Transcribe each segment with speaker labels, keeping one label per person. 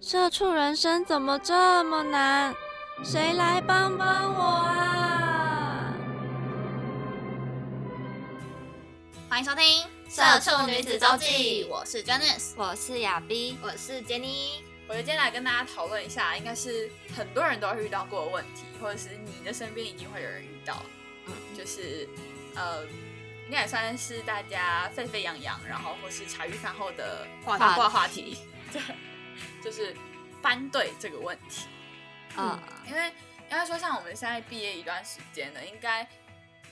Speaker 1: 社畜人生怎么这么难？谁来帮帮我啊？
Speaker 2: 欢迎收听《社畜女子周记》，我是 Janice，我是雅碧，我是杰妮。
Speaker 3: 我觉得今天来跟大家讨论一下，应该是很多人都会遇到过的问题，或者是你的身边一定会有人遇到。嗯，就是呃，应该也算是大家沸沸扬扬，然后或是茶余饭后的
Speaker 2: 话题
Speaker 3: 八卦话题。对，就是班队这个问题。
Speaker 2: 嗯，
Speaker 3: 因为应该说，像我们现在毕业一段时间了，应该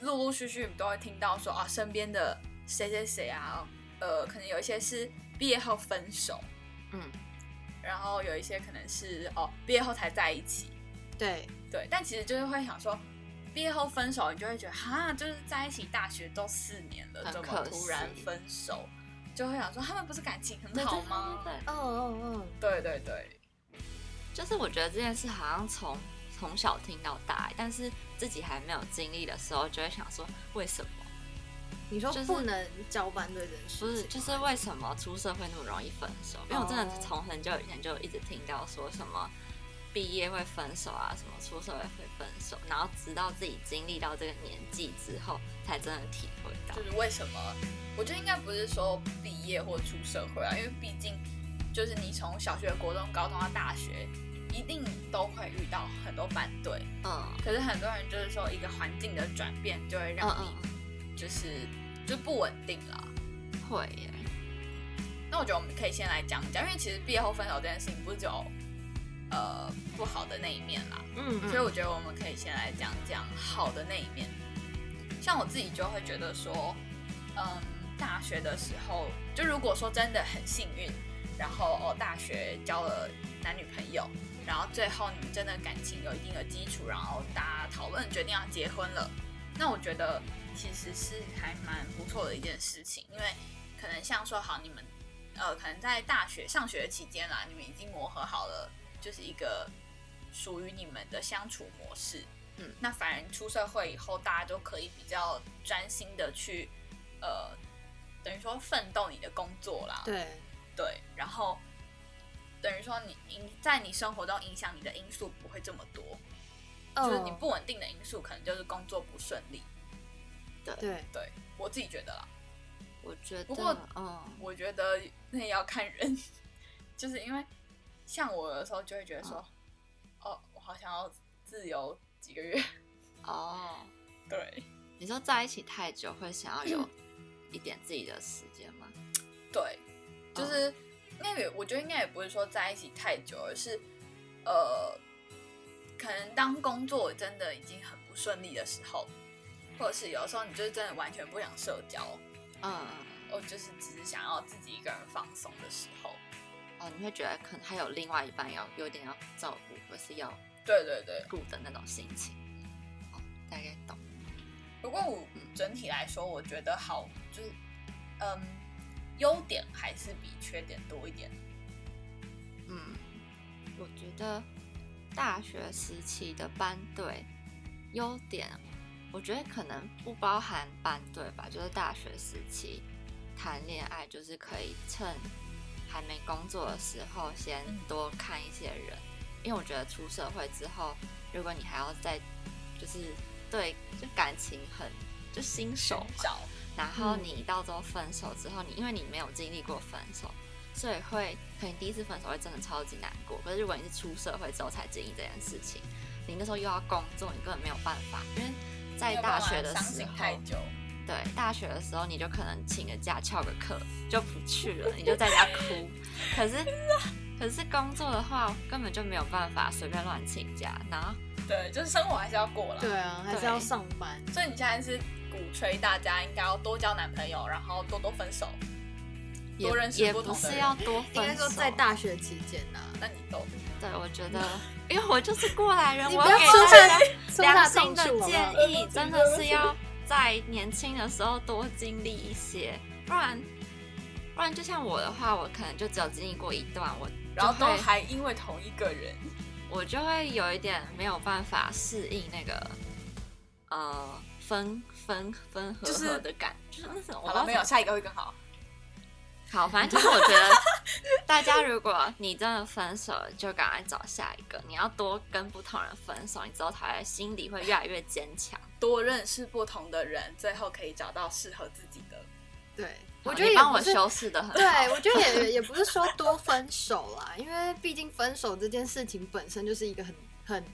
Speaker 3: 陆陆续续我们都会听到说啊，身边的谁谁谁啊，呃，可能有一些是毕业后分手，
Speaker 2: 嗯，
Speaker 3: 然后有一些可能是哦毕业后才在一起，
Speaker 2: 对，
Speaker 3: 对，但其实就是会想说，毕业后分手，你就会觉得哈，就是在一起大学都四年了，
Speaker 2: 很
Speaker 3: 怎么
Speaker 2: 可
Speaker 3: 突然
Speaker 2: 惜
Speaker 3: 分手？就会想说他们不是感情很好吗？
Speaker 4: 嗯
Speaker 2: 哦哦哦，
Speaker 3: 对对对，
Speaker 2: 就是我觉得这件事好像从从小听到大，但是自己还没有经历的时候，就会想说为什么？
Speaker 4: 你说
Speaker 2: 就是
Speaker 4: 不能交班对人
Speaker 2: 不是，
Speaker 4: 事情
Speaker 2: 就
Speaker 4: 吗，
Speaker 2: 是为什么出社会那么容易分手？因为我真的从很久以前就一直听到说什么毕业会分手啊，什么出社会会分手，然后直到自己经历到这个年纪之后，才真的体会到
Speaker 3: 就。是为什么？我觉得应该不是说毕业或出社会啊，因为毕竟就是你从小学、国中、高中到大学，一定都会遇到很多班队。
Speaker 2: 嗯
Speaker 3: 可是很多人就是说一个环境的转变，就会让
Speaker 2: 嗯
Speaker 3: 你就是、就不稳定啦。
Speaker 2: 嗯，会耶。
Speaker 3: 那我觉得我们可以先来讲讲，因为其实毕业后分手这件事情不是只有呃不好的那一面啦，
Speaker 4: 嗯
Speaker 3: 所以我觉得我们可以先来讲讲好的那一面。像我自己就会觉得说，嗯，大学的时候，就如果说真的很幸运，然后哦大学交了男女朋友，然后最后你们真的感情有一定的基础，然后大家讨论决定要结婚了，那我觉得其实是还蛮不错的一件事情，因为可能像说好你们，呃，可能在大学上学期间啊啦，你们已经磨合好了，就是一个属于你们的相处模式。
Speaker 2: 嗯，
Speaker 3: 那反而出社会以后，大家就可以比较专心的去，呃，等于说奋斗你的工作啦。
Speaker 4: 对，
Speaker 3: 对，然后等于说你影在你生活中影响你的因素不会这么多，
Speaker 2: 哦
Speaker 3: 就是你不稳定的因素可能就是工作不顺利。
Speaker 4: 对，
Speaker 3: 对我自己觉得啦，
Speaker 2: 我觉得，
Speaker 3: 不过
Speaker 2: 嗯，
Speaker 3: 我觉得那也要看人， 就是因为像我有时候就会觉得说，哦，我好想要自由几个月。
Speaker 2: 哦，
Speaker 3: 对
Speaker 2: 你说在一起太久会想要有一点自己的时间吗？
Speaker 3: 对，就是
Speaker 2: 嗯
Speaker 3: 那个，我觉得应该也不是说在一起太久，而是呃，可能当工作真的已经很不顺利的时候，或者是有时候你就是真的完全不想社交，
Speaker 2: 嗯，
Speaker 3: 哦，就是只是想要自己一个人放松的时候。
Speaker 2: 哦，你会觉得可能还有另外一半要有点要照顾，或是要
Speaker 3: 对对对，
Speaker 2: 顾的那种心情。哦，大概懂。
Speaker 3: 不过我
Speaker 2: 嗯
Speaker 3: 整体来说，我觉得好就是，嗯，优点还是比缺点多一点。
Speaker 2: 嗯，我觉得大学时期的班队优点，我觉得可能不包含班队吧，就是大学时期谈恋爱，就是可以趁还没工作的时候先
Speaker 3: 嗯
Speaker 2: 多看一些人，因为我觉得出社会之后，如果你还要再就是对就感情很就新手嘛
Speaker 3: 找
Speaker 4: 嗯
Speaker 2: 然后你到时候分手之后，你因为你没有经历过分手，所以会可能第一次分手会真的超级难过。可是如果你是出社会之后才经历这件事情，你那时候又要工作，你根本没有办法，因为在大学的
Speaker 3: 没有办法伤
Speaker 2: 时
Speaker 3: 心
Speaker 2: 候
Speaker 3: 太，久，
Speaker 2: 对大学的时候你就可能请个假翘个课就不去了，你就在家哭。可 是可是工作的话，根本就没有办法随便乱请假，然后
Speaker 3: 对，就是生活还是要过了。
Speaker 4: 对，啊，还是要上班，
Speaker 3: 所以你现在是鼓吹大家应该要多交男朋友，然后多多分手。
Speaker 2: 也
Speaker 3: 多认识
Speaker 2: 也
Speaker 3: 不同
Speaker 2: 不
Speaker 3: 的
Speaker 2: 是
Speaker 3: 人
Speaker 2: 要多
Speaker 4: 应
Speaker 2: 分
Speaker 4: 该说
Speaker 2: 手，
Speaker 4: 在大学期间呐，啊
Speaker 3: 那你懂。
Speaker 2: 对，我觉得，因为我就是过来人，
Speaker 4: 你
Speaker 2: 我
Speaker 4: 不
Speaker 2: 要
Speaker 4: 要
Speaker 2: 给
Speaker 4: 出
Speaker 2: 大家
Speaker 4: 现出大
Speaker 2: 良心
Speaker 4: 众
Speaker 2: 的
Speaker 4: 数好不好？
Speaker 2: 建议，真的是要在年轻的时候多经历一些，不然，不然就像我的话，我可能就只有经历过一段，我
Speaker 3: 然后
Speaker 2: 就
Speaker 3: 都
Speaker 2: 会
Speaker 3: 还因为同一个人，
Speaker 2: 我就会有一点没有办法适应那个，呃，分分分合
Speaker 3: 就是
Speaker 2: 合的感觉，就是那种我
Speaker 3: 好
Speaker 2: 不知道
Speaker 3: 了，没有，
Speaker 2: 怎么
Speaker 3: 下一个会更好。
Speaker 2: 好，反正就是我觉得大家，如果你真的分手了，就赶快找下一个。你要多跟不同人分手，你之后才会心里会越来越坚强。
Speaker 3: 多认识不同的人，最后可以找到适合自己的。
Speaker 4: 对，
Speaker 2: 好
Speaker 4: 我觉得
Speaker 2: 哦你
Speaker 4: 也
Speaker 2: 帮
Speaker 4: 不
Speaker 2: 我
Speaker 4: 是
Speaker 2: 修饰的很好。
Speaker 4: 对，我觉得也也不是说多分手啦，因为毕竟分手这件事情本身就是一个很很，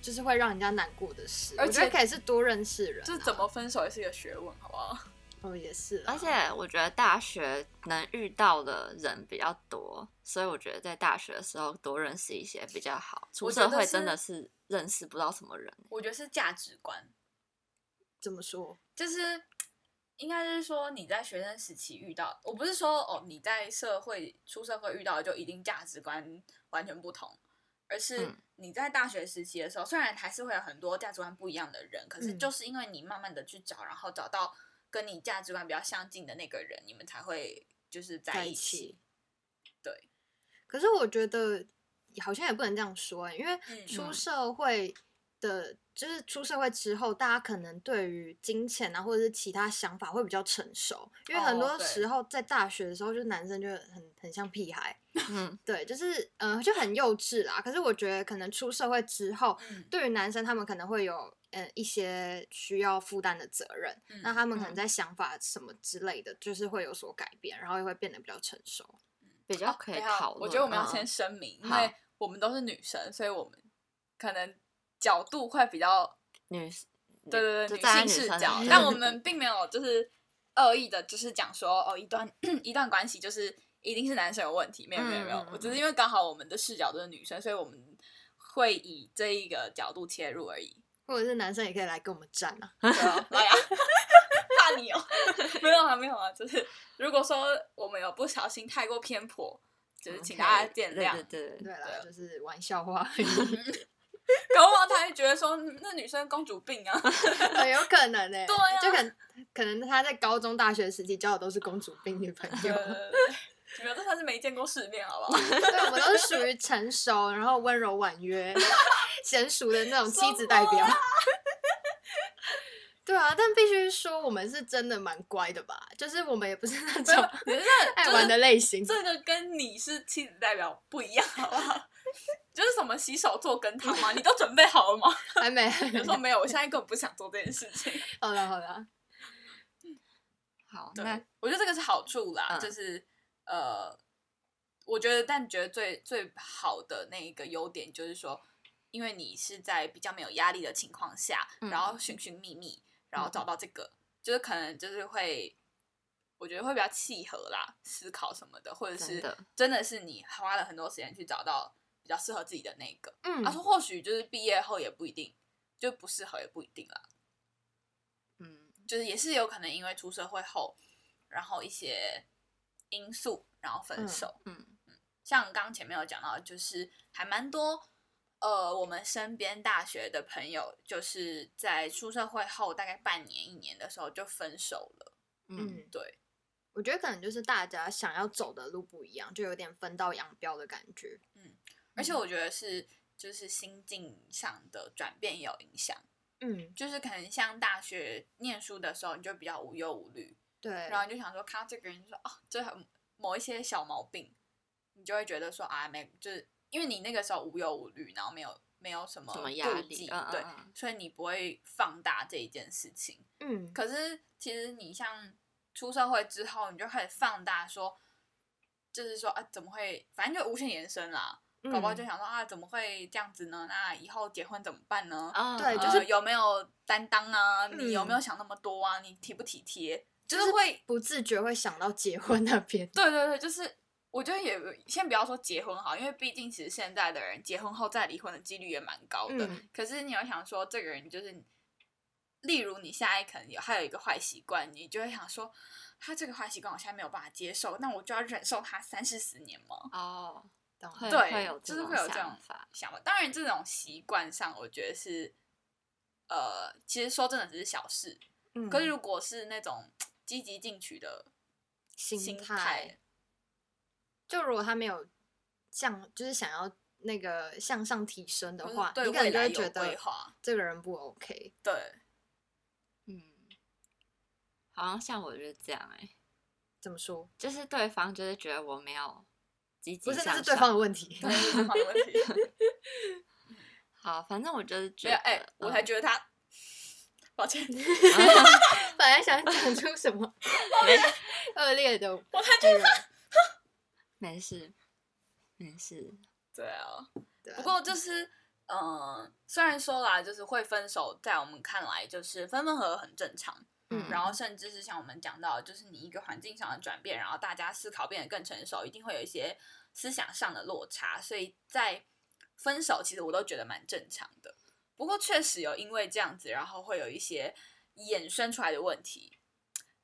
Speaker 4: 就是会让人家难过的事。
Speaker 3: 而
Speaker 4: 我觉得
Speaker 3: 且
Speaker 4: 可以是多认识人、啊，
Speaker 3: 就是怎么分手也是一个学问，好不好？
Speaker 4: 哦也是啦，
Speaker 2: 而且我觉得大学能遇到的人比较多，所以我觉得在大学的时候多认识一些比较好。出
Speaker 3: 我觉得
Speaker 2: 社
Speaker 3: 是
Speaker 2: 会真的是认识不到什么人。
Speaker 3: 我觉得是价值观，
Speaker 4: 怎么说？
Speaker 3: 就是应该是说你在学生时期遇到，我不是说哦你在社会出社会遇到的就一定价值观完全不同，而是
Speaker 2: 嗯
Speaker 3: 你在大学时期的时候，虽然还是会有很多价值观不一样的人，可是
Speaker 4: 嗯
Speaker 3: 就是因为你慢慢的去找，然后找到跟你价值观比较相近的那个人，你们才会就是在
Speaker 4: 在
Speaker 3: 一
Speaker 4: 一起
Speaker 3: 起。对，
Speaker 4: 可是我觉得好像也不能这样说、欸因为
Speaker 3: 嗯
Speaker 4: 出
Speaker 2: 嗯
Speaker 4: 社会的，就是出社会之后，大家可能对于金钱啊，或者是其他想法会比较成熟，因为很
Speaker 3: 哦
Speaker 4: 多
Speaker 3: 对
Speaker 4: 时候在大学的时候，就是男生就很很像屁孩，
Speaker 2: 嗯，
Speaker 4: 对，就是嗯、呃就很幼稚啦。可是我觉得可能出社会之后，
Speaker 3: 嗯
Speaker 4: 对于男生他们可能会有呃一些需要负担的责任，
Speaker 3: 嗯
Speaker 4: 那他们可能
Speaker 2: 嗯
Speaker 4: 在想法什么之类的，就是会有所改变，然后也会变得比较成熟。
Speaker 2: 比较可以
Speaker 3: 等一下
Speaker 2: 讨论。
Speaker 3: 我觉得哦我们要
Speaker 2: 嗯
Speaker 3: 先声明，因
Speaker 2: 好
Speaker 3: 为我们都是女生，所以我们可能角度会比较，
Speaker 2: 女，
Speaker 3: 对对
Speaker 2: 就
Speaker 3: 对，女
Speaker 2: 站在
Speaker 3: 性
Speaker 2: 女
Speaker 3: 视
Speaker 2: 生的
Speaker 3: 角
Speaker 2: 角，
Speaker 3: 但
Speaker 2: 度
Speaker 3: 我们并没有就是恶意的，就是讲说哦，一段一段关系就是一定是男生有问题，没有没有没有
Speaker 2: 嗯，嗯
Speaker 3: 我
Speaker 2: 嗯
Speaker 3: 只是因为刚好我们的视角都是女生，所以我们会以这一个角度切入而已。
Speaker 4: 或者是男生也可以来跟我们站啊，
Speaker 3: 对啊来啊，怕你哦，没有啊没有啊，就是如果说我们有不小心太过偏颇，就是请大家
Speaker 2: OK，
Speaker 3: 见
Speaker 2: 对
Speaker 3: 谅。
Speaker 2: 对对对，
Speaker 4: 对啦，
Speaker 3: 对啊
Speaker 4: 就是玩笑 话而已，
Speaker 3: 搞不好他还觉得说嗯那女生公主病啊，
Speaker 4: 很有可能呢、欸。
Speaker 3: 对啊
Speaker 4: 就可能可能他在高中、大学时期交的都是公主病女朋 友，
Speaker 3: 没有，但他是没见过世面，好不好？
Speaker 4: 对，我们都是属于成熟，然后温柔 婉约、娴熟的那种妻子代表。
Speaker 3: 啊
Speaker 4: 对啊，但必须说我们是真的蛮乖的吧，就是我们也不是那
Speaker 3: 没有
Speaker 4: 种，
Speaker 3: 可是那
Speaker 4: 爱玩的类型。
Speaker 3: 这个跟你是妻子代表不一样，好不好？ 就是什么洗手做羹汤吗？你都准备好了吗？
Speaker 4: 还没，
Speaker 3: 我说没有，我现在根本不想做这件事情。
Speaker 4: 好了好了，
Speaker 2: 好，
Speaker 3: 对
Speaker 2: 那，
Speaker 3: 我觉得这个是好处啦，
Speaker 2: 嗯
Speaker 3: 就是呃，我觉得但觉得最最好的那一个优点就是说，因为你是在比较没有压力的情况下，
Speaker 2: 嗯
Speaker 3: 然后寻寻觅觅，然后找到这个，就是可能就是会。我觉得会比较契合啦，思考什么的，或者
Speaker 2: 真
Speaker 3: 是
Speaker 2: 的
Speaker 3: 真的是你花了很多时间去找到比较适合自己的那一个。啊
Speaker 4: 嗯
Speaker 3: 他说或许就是毕业后也不一定，就不适合也不一定啦。
Speaker 2: 嗯，
Speaker 3: 就是也是有可能因为出社会后，然后一些因素，然后分手。
Speaker 2: 嗯嗯
Speaker 3: 像刚刚前面有讲到，就是还蛮多呃，我们身边大学的朋友，就是在出社会后大概半年一年的时候就分手了。
Speaker 2: 嗯，
Speaker 4: 嗯，
Speaker 3: 对，
Speaker 4: 我觉得可能就是大家想要走的路不一样，就有点分道扬镳的感觉。
Speaker 3: 而
Speaker 2: 嗯
Speaker 3: 且我觉得是就是心境上的转变也有影响，
Speaker 4: 嗯，
Speaker 3: 就是可能像大学念书的时候，你就比较无忧无虑，
Speaker 4: 对，
Speaker 3: 然后你就想说，看到这个人就说哦，这很某一些小毛病，你就会觉得说啊，没，就是因为你那个时候无忧无虑，然后没有没有什么
Speaker 2: 什么压
Speaker 3: 顾
Speaker 2: 力
Speaker 3: 忌
Speaker 2: 嗯嗯
Speaker 3: 对
Speaker 2: 嗯，
Speaker 3: 所以你不会放大这一件事情。
Speaker 4: 嗯，
Speaker 3: 可是其实你像出社会之后，你就开始放大说，就是说啊，怎么会，反正就无限延伸啦。搞不好就
Speaker 4: 嗯
Speaker 3: 想说啊，怎么会这样子呢？那以后结婚怎么办呢？
Speaker 2: 啊
Speaker 4: 对就
Speaker 3: 呃
Speaker 4: 是
Speaker 3: 有没有担当啊？你有没有
Speaker 4: 嗯
Speaker 3: 想那么多啊？你体不体贴？就
Speaker 4: 就是
Speaker 3: 是会
Speaker 4: 不自觉会想到结婚那边。
Speaker 3: 对对对，就是我觉得也先不要说结婚好，因为毕竟其实现在的人结婚后再离婚的几率也蛮高的。
Speaker 4: 嗯
Speaker 3: 可是你要想说，这个人就是，例如你现在可能有还有一个坏习惯，你就会想说，他这个坏习惯我现在没有办法接受，那我就要忍受他三四十年吗？
Speaker 2: 哦，
Speaker 4: 懂吗
Speaker 2: 会
Speaker 3: 对
Speaker 2: 会有
Speaker 3: 就是
Speaker 2: 种
Speaker 3: 会有这种
Speaker 2: 想法，
Speaker 3: 想法。当然，这种习惯上，我觉得是，呃，其实说真的只是小事。
Speaker 4: 嗯
Speaker 3: 可是如果是那种积极进取的
Speaker 4: 心
Speaker 3: 态，
Speaker 4: 就如果他没有向，就是想要那个向上提升的
Speaker 3: 或是
Speaker 4: 话，
Speaker 3: 对
Speaker 4: 你可能
Speaker 3: 未
Speaker 4: 就
Speaker 3: 来
Speaker 4: 会
Speaker 3: 有
Speaker 4: 觉
Speaker 3: 规
Speaker 4: 得
Speaker 3: 划，
Speaker 4: 这个人不 OK。
Speaker 3: 对，
Speaker 2: 嗯，好像像我就是这样哎、
Speaker 4: 怎么说？
Speaker 2: 就是对方就是觉得我没有积极
Speaker 4: 不
Speaker 2: 向
Speaker 4: 是，
Speaker 2: 上，
Speaker 4: 那是对方的 问题。
Speaker 3: 那是正常的问题。
Speaker 2: 好，反正我就是觉
Speaker 3: 没有，
Speaker 2: 得，
Speaker 3: 哎、我还
Speaker 2: 嗯
Speaker 3: 觉得他， 抱歉，
Speaker 4: 本来想讲出什么恶劣的，我他就
Speaker 2: 没事，没事，
Speaker 3: 对啊。不过就是，嗯、虽然说啦，就是会分手，在我们看来就是分分合合很正常。
Speaker 4: 嗯
Speaker 3: 然后甚至是像我们讲到，就是你一个环境上的转变，然后大家思考变得更成熟，一定会有一些思想上的落差，所以在分手，其实我都觉得蛮正常的。不过确实有因为这样子，然后会有一些衍生出来的问题，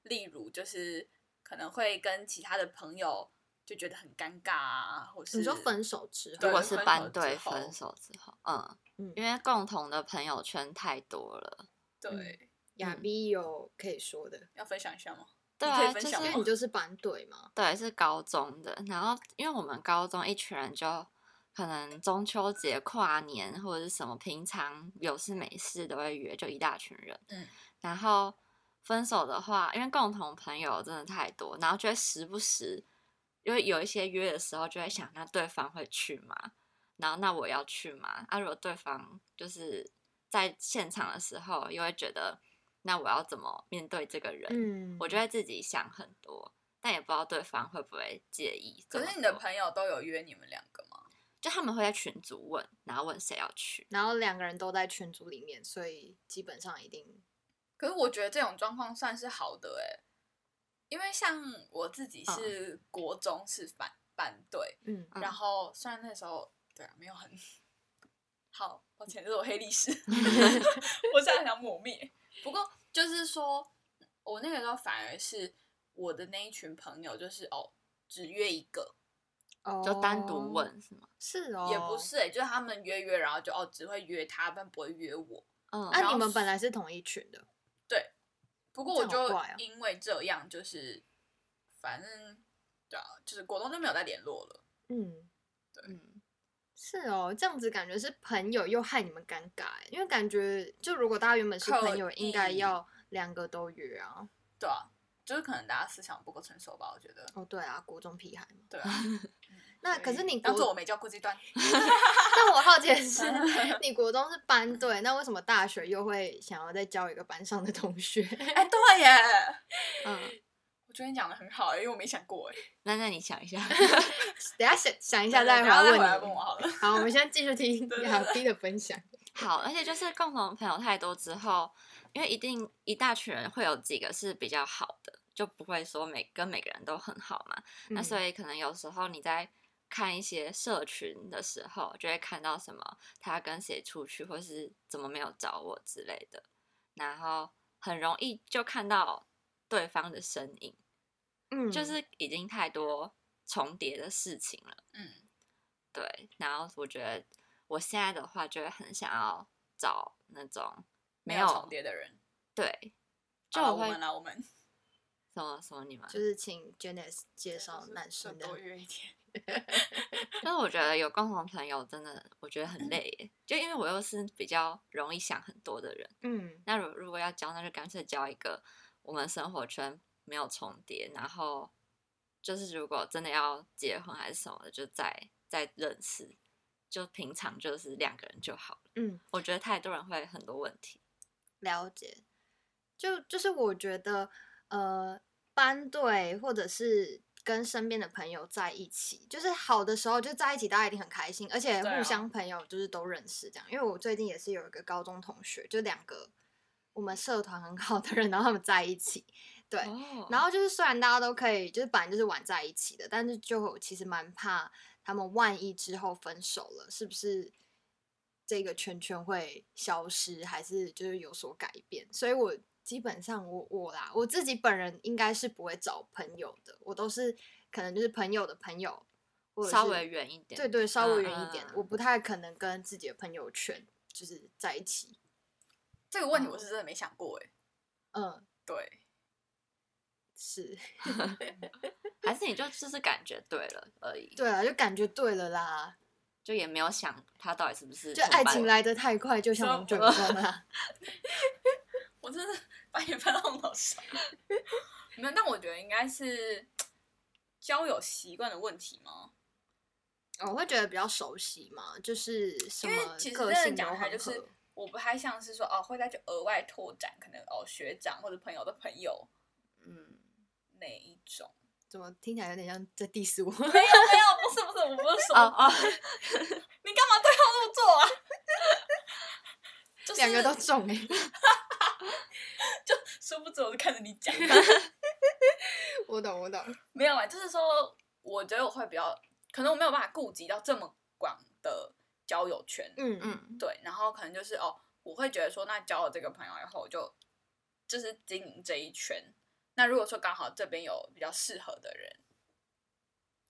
Speaker 3: 例如就是可能会跟其他的朋友就觉得很尴尬啊，或是
Speaker 4: 你说分手之后
Speaker 3: 对嗯
Speaker 2: 如果是班
Speaker 3: 分手之
Speaker 2: 对
Speaker 3: 后
Speaker 2: 分手之后，嗯，
Speaker 4: 嗯
Speaker 2: 因为共同的朋友圈太多了，
Speaker 3: 对。
Speaker 4: 嗯亚逼有可以说的，
Speaker 3: 要分享一下吗？
Speaker 2: 对
Speaker 3: 可以
Speaker 2: 啊，
Speaker 3: 分
Speaker 2: 就
Speaker 3: 享
Speaker 4: 因为
Speaker 3: 吗
Speaker 2: 是
Speaker 4: 你就是班队嘛。
Speaker 2: 对是高中的，然后因为我们高中一群人就。可能中秋节、跨年或者是什么，平常有事没事都会约，就一大群人。
Speaker 3: 嗯，
Speaker 2: 然后分手的话，因为共同朋友真的太多，然后就会时不时，因为有一些约的时候就会想，那对方会去吗？然后那我要去吗？啊，如果对方就是在现场的时候，又会觉得，那我要怎么面对这个人？
Speaker 4: 嗯
Speaker 2: 我就会自己想很多，但也不知道对方会不会介意这么
Speaker 3: 可
Speaker 2: 多。
Speaker 3: 是你的朋友都有约你们两个吗？
Speaker 2: 就他们会在群组问，然后问谁要去。
Speaker 4: 然后两个人都在群组里面，所以基本上一定
Speaker 3: 可是我觉得这种状况算是好的哎、因为像我自己是国中是反反对，
Speaker 4: 嗯
Speaker 2: 嗯
Speaker 3: 然后虽然那时候对啊没有很好，抱歉，这是我黑历史， 我现在想抹灭。不过就是说，我那个时候反而是我的那一群朋友，就是哦只约一个，
Speaker 2: 就单
Speaker 3: 哦
Speaker 2: 独问是吗？
Speaker 4: 哦是哦，
Speaker 3: 也不是哎、就是他们约约，然后就哦只会约他，但不会约我。
Speaker 2: 嗯，
Speaker 4: 啊，
Speaker 3: 然后
Speaker 4: 你们本来是同一群的，
Speaker 3: 不过我
Speaker 4: 这样好
Speaker 3: 就
Speaker 4: 怪哦
Speaker 3: 因为这样，就是反正对啊，就是果冻就没有再联络了。
Speaker 4: 嗯，
Speaker 2: 嗯，
Speaker 4: 是哦，这样子感觉是朋友又害你们尴尬欸，因为感觉就如果大家原本是朋友，
Speaker 3: 刻意
Speaker 4: 应该要两个都约啊。
Speaker 3: 对啊，就是可能大家思想不够成熟吧，我觉得。
Speaker 4: 哦，对啊，国中屁孩嘛。
Speaker 3: 对啊，
Speaker 4: 那
Speaker 3: 所以
Speaker 4: 可是你
Speaker 3: 当做我
Speaker 4: 国，
Speaker 3: 没教过这 段。
Speaker 4: 但我好奇的是，你国中是班队，那为什么大学又会想要再交一个班上的同学？
Speaker 3: 哎，对耶，
Speaker 2: 嗯，
Speaker 3: 我觉得你讲的很好耶，因为我没想过哎。
Speaker 2: 那那你想一下，
Speaker 4: 等一下想想一下再
Speaker 3: 对
Speaker 4: 回
Speaker 3: 对等一下再
Speaker 4: 来问
Speaker 3: 回来
Speaker 4: 你。
Speaker 3: 问我 好了。
Speaker 4: 好，我们现在继续听
Speaker 3: 对对
Speaker 4: 雅碧的分享。
Speaker 2: 好，而且就是共同朋友太多之后，因为一定一大群人会有几个是比较好的，就不会说每跟每个人都很好嘛。那啊所
Speaker 4: 以，
Speaker 3: 嗯
Speaker 2: 以可能有时候你在看一些社群的时候，就会看到什么他跟谁出去，或是怎么没有找我之类的，然后很容易就看到对方的身影，
Speaker 4: 嗯
Speaker 2: 就是已经太多重叠的事情了。
Speaker 3: 嗯，
Speaker 2: 对，然后我觉得我现在的话就会很想要找那种
Speaker 3: 没
Speaker 2: 没
Speaker 3: 有
Speaker 2: 有
Speaker 3: 重叠的人。
Speaker 2: 对，就
Speaker 3: 好了
Speaker 2: 我
Speaker 3: 我
Speaker 2: 会
Speaker 3: 们啦，我们
Speaker 2: 什么什么你们，
Speaker 4: 就是请 Janice 介绍男
Speaker 3: 就
Speaker 4: 生的
Speaker 3: 多约一点。
Speaker 2: 但是我觉得有共同朋友真的我觉得
Speaker 4: 嗯
Speaker 2: 很累耶，就因为我又是比较容易想很多的人，
Speaker 4: 嗯
Speaker 2: 那如如果要交，那就干脆交一个我们生活圈没有重叠，然后就是如果真的要结婚还是什么的，就再再认识，就平常就是两个人就好了。
Speaker 4: 嗯，
Speaker 2: 我觉得太多人会有很多问题。
Speaker 4: 了解。就就是我觉得，呃，班队或者是跟身边的朋友在一起，就是好的时候就在一起，大家一定很开心，而且
Speaker 3: 对啊
Speaker 4: 互相朋友就是都认识这样。因为我最近也是有一个高中同学，就两个我们社团很好的人，然后他们在一起，对，
Speaker 2: 哦
Speaker 4: 然后就是虽然大家都可以，就是本来就是玩在一起的，但是就其实蛮怕他们万一之后分手了，是不是这个圈圈会消失，还是就是有所改变？所以我基本上我我啦，我自己本人应该是不会找朋友的，我都是可能就是朋友的朋友。或者
Speaker 2: 稍
Speaker 4: 是
Speaker 2: 微远一点。
Speaker 4: 对对，稍微远
Speaker 2: 嗯
Speaker 4: 一点，
Speaker 2: 嗯
Speaker 4: 我不太可能跟自己的朋友圈就是在一起。
Speaker 3: 这个问题我是真的没想过哎、
Speaker 4: 嗯，
Speaker 3: 对，
Speaker 4: 是
Speaker 2: 还是你就就是感觉对了而已，
Speaker 4: 对啊，就感觉对了啦，
Speaker 2: 就也没有想他到底是不是
Speaker 4: 就爱
Speaker 2: 同班
Speaker 4: 情
Speaker 2: 的
Speaker 4: 来得太快，就像龙卷 风啦。
Speaker 3: 我真的 把你翻到脑上。 没有，但我觉得应该是交友习惯的问题吗？
Speaker 4: 我会觉得比较熟悉嘛，就是什
Speaker 3: 因为
Speaker 4: 么
Speaker 3: 其实
Speaker 4: 个
Speaker 3: 真的
Speaker 4: 性都
Speaker 3: 讲
Speaker 4: 很
Speaker 3: 起来，就
Speaker 4: 合
Speaker 3: 是。我不太像是说哦，会再去额外拓展，可能哦学长或者朋友的朋友
Speaker 2: 嗯，
Speaker 3: 哪一种？
Speaker 4: 怎么听起来有点像在 diss 我？
Speaker 3: 没有没有，不是不是，我不是说
Speaker 2: 哦哦，
Speaker 3: 你干嘛对号入座啊？ 就是
Speaker 4: 两个都中哎、
Speaker 3: 就殊不知我是看着你讲的，
Speaker 4: 我懂我懂，
Speaker 3: 没有啊，就是说我觉得我会比较，可能我没有办法顾及到这么广的交友圈，
Speaker 4: 嗯嗯
Speaker 2: 嗯，
Speaker 3: 对，然后可能就是哦，我会觉得说，那交了这个朋友以后，我就就是经营这一圈。那如果说刚好这边有比较适合的人，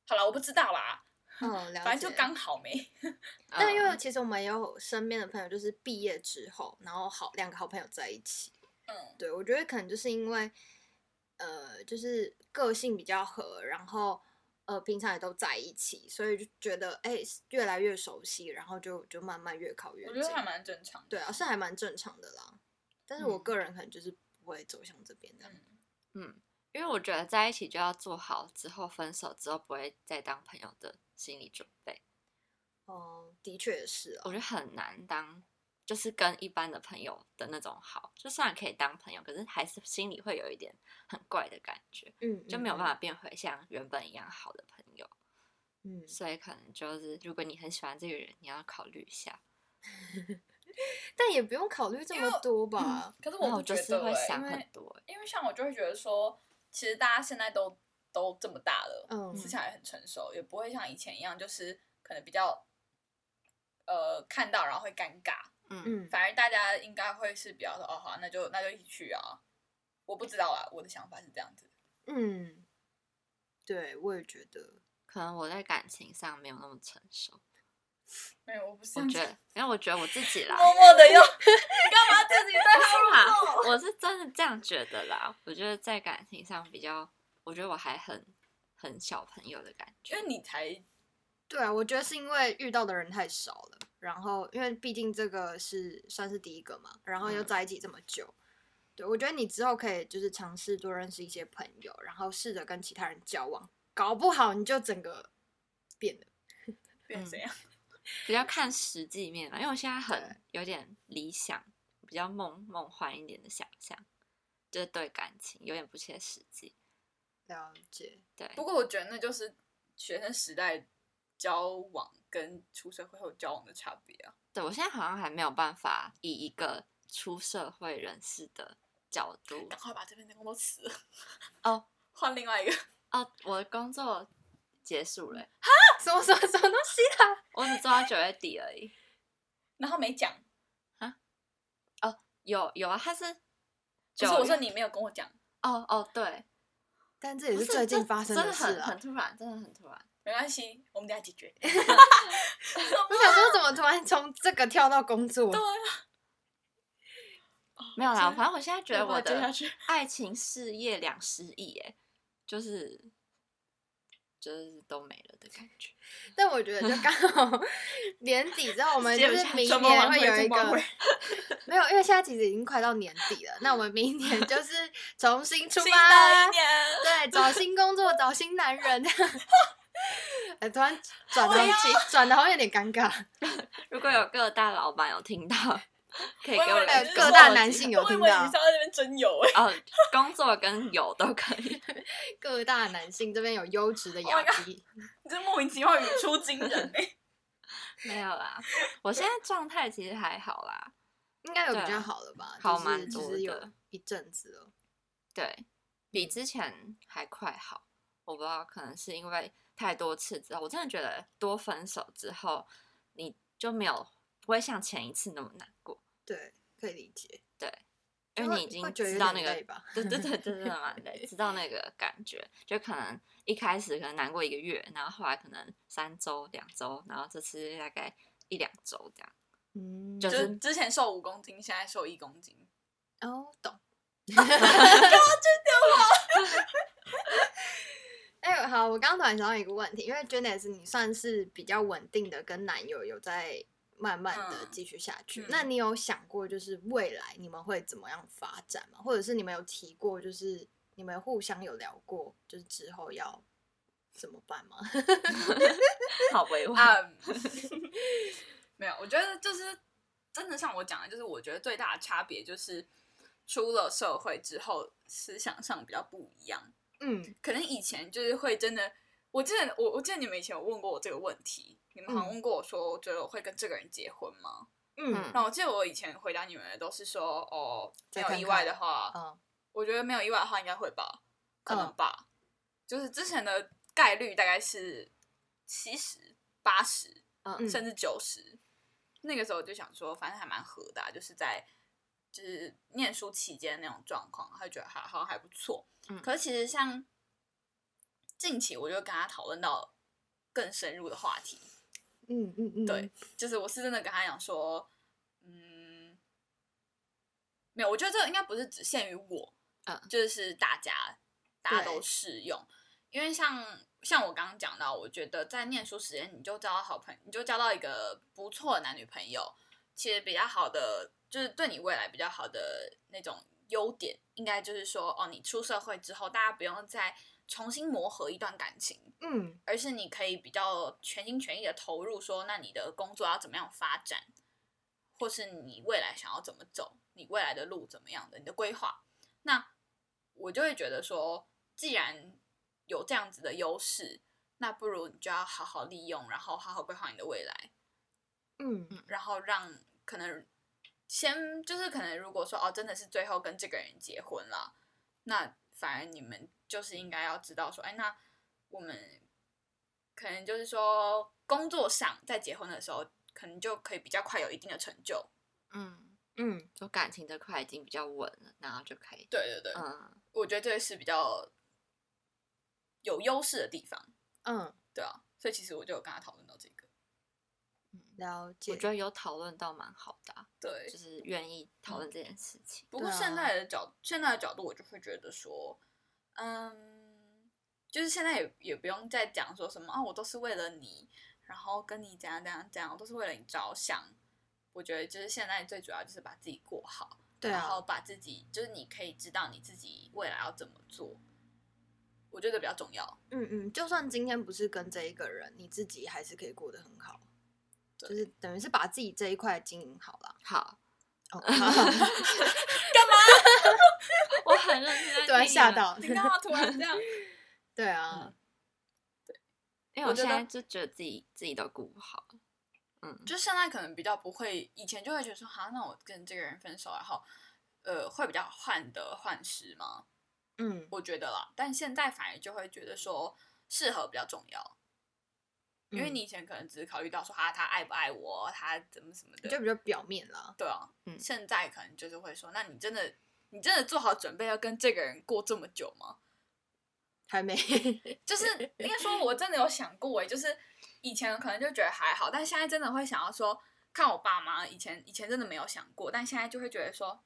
Speaker 3: 好了，我不知道啦，
Speaker 4: 嗯，了解。嗯
Speaker 3: 反正就刚好没。
Speaker 4: 但
Speaker 2: 嗯
Speaker 4: 因为其实我们也有身边的朋友，就是毕业之后，然后好两个好朋友在一起。
Speaker 3: 嗯，
Speaker 4: 对，我觉得可能就是因为，呃，就是个性比较合，然后呃，平常也都在一起，所以就觉得哎、越来越熟悉，然后就就慢慢越靠越
Speaker 3: 我觉
Speaker 4: 近
Speaker 3: 得。还蛮正常的。
Speaker 4: 对啊，是还蛮正常的啦。但是我
Speaker 2: 嗯
Speaker 4: 个人可能就是不会走向这边的。
Speaker 2: 因为我觉得在一起就要做好之后分手之后不会再当朋友的心理准备，
Speaker 4: 哦、的确也是啊
Speaker 2: 我。觉得很难当，就是跟一般的朋友的那种好，就虽然可以当朋友，可是还是心里会有一点很怪的感觉，
Speaker 4: 嗯，
Speaker 2: 就没有办
Speaker 4: 法。
Speaker 2: 法变回像原本一样好的朋友，
Speaker 4: 嗯，
Speaker 2: 所以可能就是如果你很喜欢这个人，你要考虑一下。
Speaker 4: 但也不用考虑这
Speaker 3: 因为
Speaker 4: 么多吧。
Speaker 3: 可是我
Speaker 2: 那
Speaker 3: 不
Speaker 2: 我
Speaker 3: 觉
Speaker 2: 就
Speaker 3: 得、
Speaker 2: 是会
Speaker 3: 欸，
Speaker 2: 想
Speaker 3: 因
Speaker 2: 很
Speaker 3: 为
Speaker 2: 多、欸，
Speaker 3: 因为像我就会觉得说，其实大家现在都都这么大了，
Speaker 4: 嗯
Speaker 3: 思想也很成熟，也不会像以前一样，就是可能比较呃看到然后会尴尬。
Speaker 2: 嗯，
Speaker 4: 嗯，
Speaker 3: 反而大家应该会是比较说，哦好，那就那就一起去啊。我不知道啊，我的想法是这样子。
Speaker 4: 嗯，对，我也觉得，
Speaker 2: 可能我在感情上没有那么成熟，
Speaker 3: 没有，我不是这
Speaker 2: 我
Speaker 3: 样
Speaker 2: 觉
Speaker 3: 子。
Speaker 2: 得，因为我觉得我自 己啦，
Speaker 3: 默默的又，你干嘛自己在号入座？
Speaker 2: 啊，我是真的这样觉得啦。我觉得在感情上比较，我觉得我还很很小朋友的感觉
Speaker 3: 因。为你才
Speaker 4: 对啊，我觉得是因为遇到的人太少了，然后因为毕竟这个是算是第一个嘛，然后又
Speaker 2: 嗯
Speaker 4: 在一起这么久，对我觉得你之后可以就是尝试多认识一些朋友，然后试着跟其他人交往，搞不好你就整个变了。
Speaker 3: 变怎样？
Speaker 2: 比较看实际面嘛，因为我现在
Speaker 4: 对
Speaker 2: 很有点理想，比较梦梦幻一点的想象，就是对感情有点不切实际。
Speaker 4: 了解，
Speaker 2: 对，
Speaker 3: 不过我觉得那就是学生时代交往跟出社会后交往的差别啊。
Speaker 2: 对我现在好像还没有办法以一个出社会人士的角度
Speaker 3: 赶快把这边的工作辞了，
Speaker 2: 哦
Speaker 3: 换另外一个。
Speaker 2: 哦，我的工作结束了欸，
Speaker 4: 什么什么什么东西啊？
Speaker 2: 我只做到九月底而已。
Speaker 3: 然后没讲，
Speaker 2: 有有啊，他是九
Speaker 3: 就是我说
Speaker 2: 月
Speaker 3: 你没有跟我讲，
Speaker 2: 哦哦对，
Speaker 4: 但这也
Speaker 2: 不
Speaker 4: 是最近
Speaker 2: 这
Speaker 4: 发生
Speaker 2: 真
Speaker 4: 的
Speaker 2: 的
Speaker 4: 事
Speaker 2: 很
Speaker 4: 啊
Speaker 2: 很！突然，真的很突然。
Speaker 3: 没关系，我们等一下解决。
Speaker 4: 我想说，怎么突然从这个跳到工作？
Speaker 2: 没有啦，
Speaker 3: 真的
Speaker 2: 反正我现在觉得
Speaker 3: 没有
Speaker 2: 我
Speaker 3: 办法接下
Speaker 2: 的
Speaker 3: 去
Speaker 2: 爱情事业两失意，哎，就是就是都没了的感觉。
Speaker 4: 但我觉得就刚好年底之后，我们
Speaker 2: 接
Speaker 4: 就
Speaker 2: 不
Speaker 4: 是
Speaker 2: 下
Speaker 4: 明
Speaker 3: 去
Speaker 4: 年会有
Speaker 3: 怎
Speaker 4: 一
Speaker 3: 么挽
Speaker 4: 个
Speaker 3: 回
Speaker 4: 没有，因为现在其实已经快到年底了，那我们明年就是 重新出
Speaker 3: 新
Speaker 4: 发
Speaker 3: 的一，年。
Speaker 4: 对，找新工作，找新男人。 哎，突然转的转的好像有点尴尬，
Speaker 2: 如果有各大老板有听到， 可以
Speaker 3: 我
Speaker 2: 给
Speaker 3: 以
Speaker 2: 我
Speaker 3: 为
Speaker 2: 来
Speaker 3: 你是
Speaker 2: 跟
Speaker 4: 各
Speaker 2: 我
Speaker 4: 大
Speaker 2: 解
Speaker 4: 男
Speaker 2: 释
Speaker 4: 性有
Speaker 3: 我以
Speaker 4: 听
Speaker 3: 为你是，
Speaker 4: 到
Speaker 3: 要在那边真有哎、
Speaker 2: 哦，工作跟有都可以。
Speaker 4: 各大男性这边有优质的
Speaker 3: Oh my
Speaker 4: 雅
Speaker 3: god
Speaker 4: 迪，
Speaker 3: 你这莫名其妙语出惊人哎、
Speaker 2: 没有啦，我现在状态其实还好啦。
Speaker 4: 应该有比
Speaker 2: 对
Speaker 4: 较
Speaker 2: 啊
Speaker 4: 好了吧？
Speaker 2: 好
Speaker 4: 就是
Speaker 2: 蛮
Speaker 4: 其
Speaker 2: 多
Speaker 4: 实有
Speaker 2: 的
Speaker 4: 一阵子了。
Speaker 2: 对比之前还快好。我不知道，可能是因为太多次之后，我真的觉得多分手之后，你就没有不会像前一次那么难过。
Speaker 4: 对，可以理解。
Speaker 2: 对，因为
Speaker 4: 会
Speaker 2: 你已经
Speaker 4: 会觉得有
Speaker 2: 知道那
Speaker 4: 点累
Speaker 2: 个
Speaker 4: 吧
Speaker 2: 对对对，真的蛮 累，知道那个感觉，就可能一开始可能难过一个月，然后后来可能三周、两周，然后这次大概一两周这样。
Speaker 4: 嗯，
Speaker 2: 就
Speaker 3: 就是是之前瘦五公斤，现在瘦一公斤。
Speaker 4: 哦， 懂。 哎、好，我刚刚突然想到一个问题，因为 j a n i c e 你算是比较稳定的跟男友有在慢慢的
Speaker 3: 嗯
Speaker 4: 继续下去，
Speaker 3: 嗯
Speaker 4: 那你有想过就是未来你们会怎么样发展吗？或者是你们有提过，就是你们互相有聊过，就是之后要怎么办吗？
Speaker 2: 好委婉，
Speaker 3: 啊，没有，我觉得就是真的像我讲的，就是我觉得最大的差别就是出了社会之后，思想上比较不一样。
Speaker 4: 嗯，
Speaker 3: 可能以前就是会真的，我记得我我记得你们以前有问过我这个问题，你们好像
Speaker 4: 嗯
Speaker 3: 问过我说，觉得我会跟这个人结婚吗？
Speaker 4: 嗯
Speaker 2: 嗯
Speaker 3: 那我记得我以前回答你们的都是说，哦，没
Speaker 4: 再
Speaker 3: 有
Speaker 4: 看
Speaker 3: 意外
Speaker 4: 看
Speaker 3: 的话，
Speaker 4: 嗯
Speaker 3: 我觉得没有意外的话，应该会吧，可能
Speaker 4: 嗯
Speaker 3: 吧。就是之前的概率大概是七十、八十，
Speaker 2: 嗯
Speaker 3: 甚至九十。那个时候就想说，反正还蛮合的啊、就是在就是念书期间那种状况，他就觉得还好像还不错。
Speaker 2: 嗯
Speaker 3: 可是其实像近期，我就跟他讨论到更深入的话题，
Speaker 4: 嗯嗯嗯，
Speaker 3: 对，就是我是真的跟他讲说，嗯，没有，我觉得这个应该不是只限于我，
Speaker 2: 嗯
Speaker 3: 就是大家大家
Speaker 4: 对
Speaker 3: 都适用，因为像像我刚刚讲到，我觉得在念书时间你就交到好朋你就交到一个不错的男女朋友，其实比较好的就是对你未来比较好的那种优点，应该就是说哦，你出社会之后，大家不用再重新磨合一段感情，
Speaker 4: 嗯
Speaker 3: 而是你可以比较全心全意的投入说，那你的工作要怎么样发展，或是你未来想要怎么走，你未来的路怎么样的，你的规划。那我就会觉得说，既然有这样子的优势，那不如你就要好好利用，然后好好规划你的未来，
Speaker 4: 嗯
Speaker 3: 然后让可能先就是可能如果说哦，真的是最后跟这个人结婚了，那反而你们就是应该要知道说，哎，那我们可能就是说工作上在结婚的时候，可能就可以比较快有一定的成就。
Speaker 2: 嗯，
Speaker 4: 嗯
Speaker 2: 就感情这块已经比较稳了，然后就可以，
Speaker 3: 对对对，
Speaker 2: 嗯，
Speaker 3: 我觉得这是比较有优势的地方，
Speaker 4: 嗯，
Speaker 3: 对啊。所以其实我就有跟他讨论到这个，
Speaker 4: 了解。
Speaker 2: 我觉得有讨论到蛮好的啊、
Speaker 3: 对，
Speaker 2: 就是愿意讨论这件事情。
Speaker 3: 不过
Speaker 4: 对
Speaker 3: 现
Speaker 4: 啊
Speaker 3: 在的角、现在的角度，我就会觉得说，嗯，就是现在也也不用再讲说什么啊，我都是为了你，然后跟你怎样怎样怎样，我都是为了你着想。我觉得就是现在最主要就是把自己过好，
Speaker 4: 对
Speaker 3: 然后
Speaker 4: 啊，
Speaker 3: 把自己就是你可以知道你自己未来要怎么做，我觉得比较重 要。
Speaker 4: 嗯嗯，就算今天不是跟这一个人，你自己还是可以过得很好，
Speaker 3: 对
Speaker 4: 就是等于是把自己这一块经营好啦。
Speaker 2: 好，
Speaker 4: 哦，
Speaker 2: 我很认真在 听你啊
Speaker 4: 突然啊吓
Speaker 2: 们
Speaker 4: 到，
Speaker 3: 你干嘛突然这样？
Speaker 4: 对啊，
Speaker 2: 因为我
Speaker 3: 我觉
Speaker 2: 现
Speaker 3: 得
Speaker 2: 在就觉得自己自己都顾不好，
Speaker 3: 就现在可能比较不会，以前就会觉得说，哈，那我跟这个人分手，然后呃，会比较患得患失吗？
Speaker 4: 嗯
Speaker 3: 我觉得啦，但现在反而就会觉得说适合比较重要，因为
Speaker 4: 嗯
Speaker 3: 你以前可能只是考虑到说啊，他爱不爱我，他怎么什么的，
Speaker 4: 就比较表面啦。
Speaker 3: 对啊，
Speaker 2: 嗯
Speaker 3: 现在可能就是会说，那你真的你真的做好准备要跟这个人过这么久吗？
Speaker 4: 还没，
Speaker 3: 就是应该说，我真的有想过诶，就是以前可能就觉得还好，但现在真的会想要说，看我爸妈，以前以前真的没有想过，但现在就会觉得说，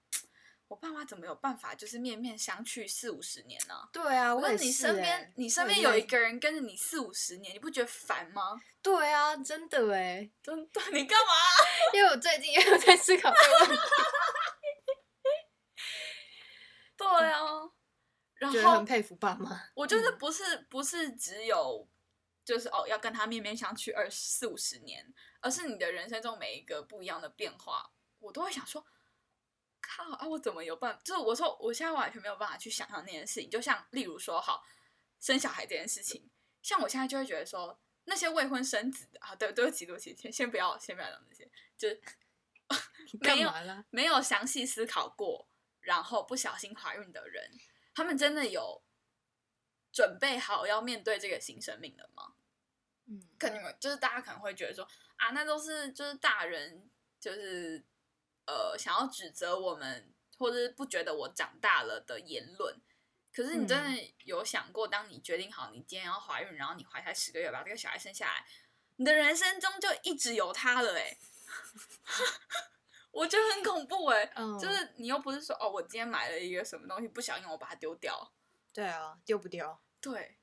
Speaker 3: 我爸妈怎么有办法就是面面相觑四五十年呢、
Speaker 4: 对啊，
Speaker 3: 我
Speaker 4: 我
Speaker 3: 问
Speaker 4: 也
Speaker 3: 你
Speaker 4: 是
Speaker 3: 身
Speaker 4: 欸
Speaker 3: 边，你身
Speaker 4: 我也
Speaker 3: 边
Speaker 4: 是
Speaker 3: 有一
Speaker 4: 在
Speaker 3: 个人跟着你四五十年，你不觉得烦吗？
Speaker 4: 对啊，真 的哎，
Speaker 3: 真的，你干嘛？
Speaker 4: 因为我最近也有在思考这个问题，
Speaker 3: 对啊， 然
Speaker 4: 觉得很
Speaker 3: 后
Speaker 4: 佩服爸妈。
Speaker 3: 我就是不是不是只有就是哦要跟他面面相觑二十四五十年，而是你的人生中每一个不一样的变化，我都会想说，靠啊，我怎么有办就是我说我现在完全没有办法去想象那件事情，就像例如说好生小孩这件事情，像我现在就会觉得说。那些未婚生子的啊，对，对不起，对不起，先先不要，先不要讲这些，就是
Speaker 4: 干
Speaker 3: 没有
Speaker 4: 嘛啦？
Speaker 3: 没有详细思考过，然后不小心怀孕的人，他们真的有准备好要面对这个新生命了吗？
Speaker 2: 嗯，
Speaker 3: 可能你们就是大家可能会觉得说啊，那都是就是大人就是呃想要指责我们或者是不觉得我长大了的言论。可是你真的有想过，当你决定好你今天要怀孕，然后你怀胎十个月把这个小孩生下来，你的人生中就一直有他了、欸， 哎，我觉得很恐怖、欸，哎、
Speaker 4: 嗯
Speaker 3: 就是你又不是说哦，我今天买了一个什么东西不小心我把它丢掉，
Speaker 4: 对啊，丢不丢？
Speaker 3: 对，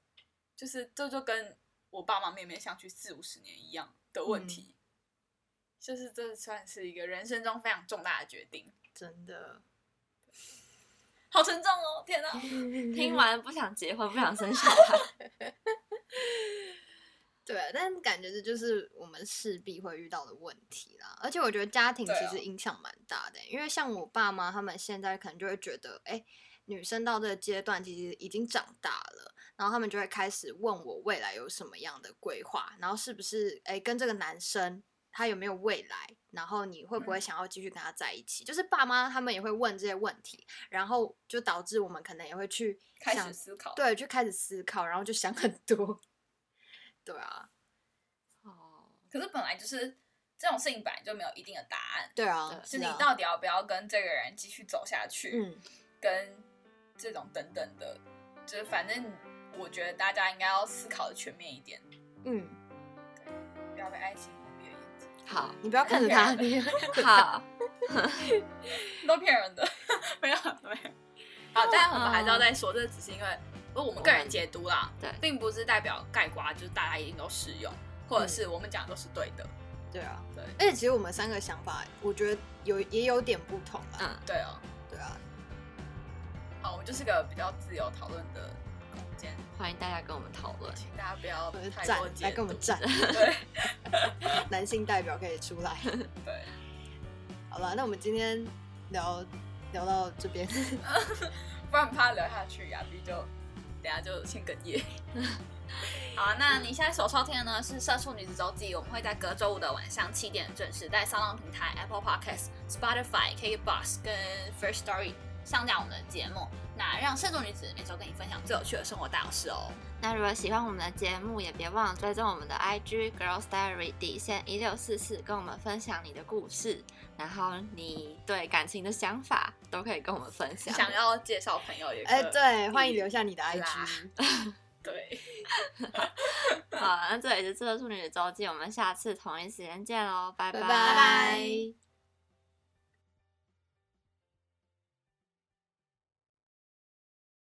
Speaker 3: 就是这就跟我爸妈面面相觑四五十年一样的问
Speaker 4: 嗯
Speaker 3: 题，就是这算是一个人生中非常重大的决定，
Speaker 4: 真的，
Speaker 3: 好沉重哦， 天哪！
Speaker 2: 听完不想结婚，不想生小 孩，
Speaker 4: 对啊，但感觉这就是我们势必会遇到的问题啦。而且我觉得家庭
Speaker 3: 对
Speaker 4: 其
Speaker 3: 啊
Speaker 4: 实影响蛮大的欸、因为像我爸妈他们现在可能就会觉得，哎、女生到这个阶段其实已经长大了，然后他们就会开始问我未来有什么样的规划，然后是不是哎、跟这个男生他有没有未来，然后你会不会
Speaker 3: 嗯
Speaker 4: 想要继续跟他在一起？就是爸妈他们也会问这些问题，然后就导致我们可能也会去
Speaker 3: 开
Speaker 4: 想
Speaker 3: 始思考，
Speaker 4: 对，就开始思考，然后就想很多。 对啊，
Speaker 2: 哦
Speaker 3: 可是本来就是这种事情本来就没有一定的答案，
Speaker 4: 对啊，
Speaker 3: 是你
Speaker 4: 啊
Speaker 3: 到底要不要跟这个人继续走下去，
Speaker 4: 嗯，
Speaker 3: 跟这种等等的，就是反正我觉得大家应该要思考的全面一点，
Speaker 4: 嗯，
Speaker 3: 不要被爱情蒙蔽了眼睛，
Speaker 2: 好
Speaker 4: 你不要看着他，
Speaker 3: 对
Speaker 4: 你不要看着他
Speaker 2: 好，
Speaker 3: 都骗人的，没有没有。好，但我们还是
Speaker 4: 嗯
Speaker 3: 要再说，这只是因为我们个人解读啦，
Speaker 2: 对
Speaker 3: 并不是代表盖瓜就是大家一定都适用，或
Speaker 4: 嗯
Speaker 3: 者是我们讲的都是对的，
Speaker 4: 对啊，
Speaker 3: 对
Speaker 4: 而且其实我们三个想法，我觉得有也有点不同啦。
Speaker 2: 嗯，
Speaker 3: 对哦。
Speaker 4: 对啊，
Speaker 3: 好，我们就是个比较自由讨论的空间，
Speaker 2: 欢迎大家跟我们讨论。
Speaker 3: 请大家不要
Speaker 4: 我们
Speaker 3: 太
Speaker 4: 站
Speaker 3: 多解
Speaker 4: 来跟我们
Speaker 3: 读
Speaker 4: 站，
Speaker 3: 对
Speaker 4: 男性代表可以出来。
Speaker 3: 对，
Speaker 4: 好了，那我们今天聊聊到这边，
Speaker 3: 不然怕聊下去，啊亚比就等下就先哽咽。 好啊，那你现在所收听的呢是《社畜女子周记》，我们会在隔周五的晚上七点准时在上浪平台、Apple Podcast、Spotify、KKBox 跟 First Story 上架我们的节目，那让社畜女子每周跟你分享最有趣的生活大小事哦。
Speaker 2: 那如果喜欢我们的节目，也别忘了追踪我们的 IG Girls Diary 底线一六四四，跟我们分享你的故事，然后你对感情的想法都可以跟我们分享。
Speaker 3: 想要介绍朋友也可以，
Speaker 4: 哎、对，欢迎留下你的
Speaker 3: 啦
Speaker 4: IG，
Speaker 3: 对，
Speaker 2: 好，那这里是《这个处女的周记》，我们下次同一时间见喽，拜
Speaker 4: 拜
Speaker 2: 拜
Speaker 4: 拜。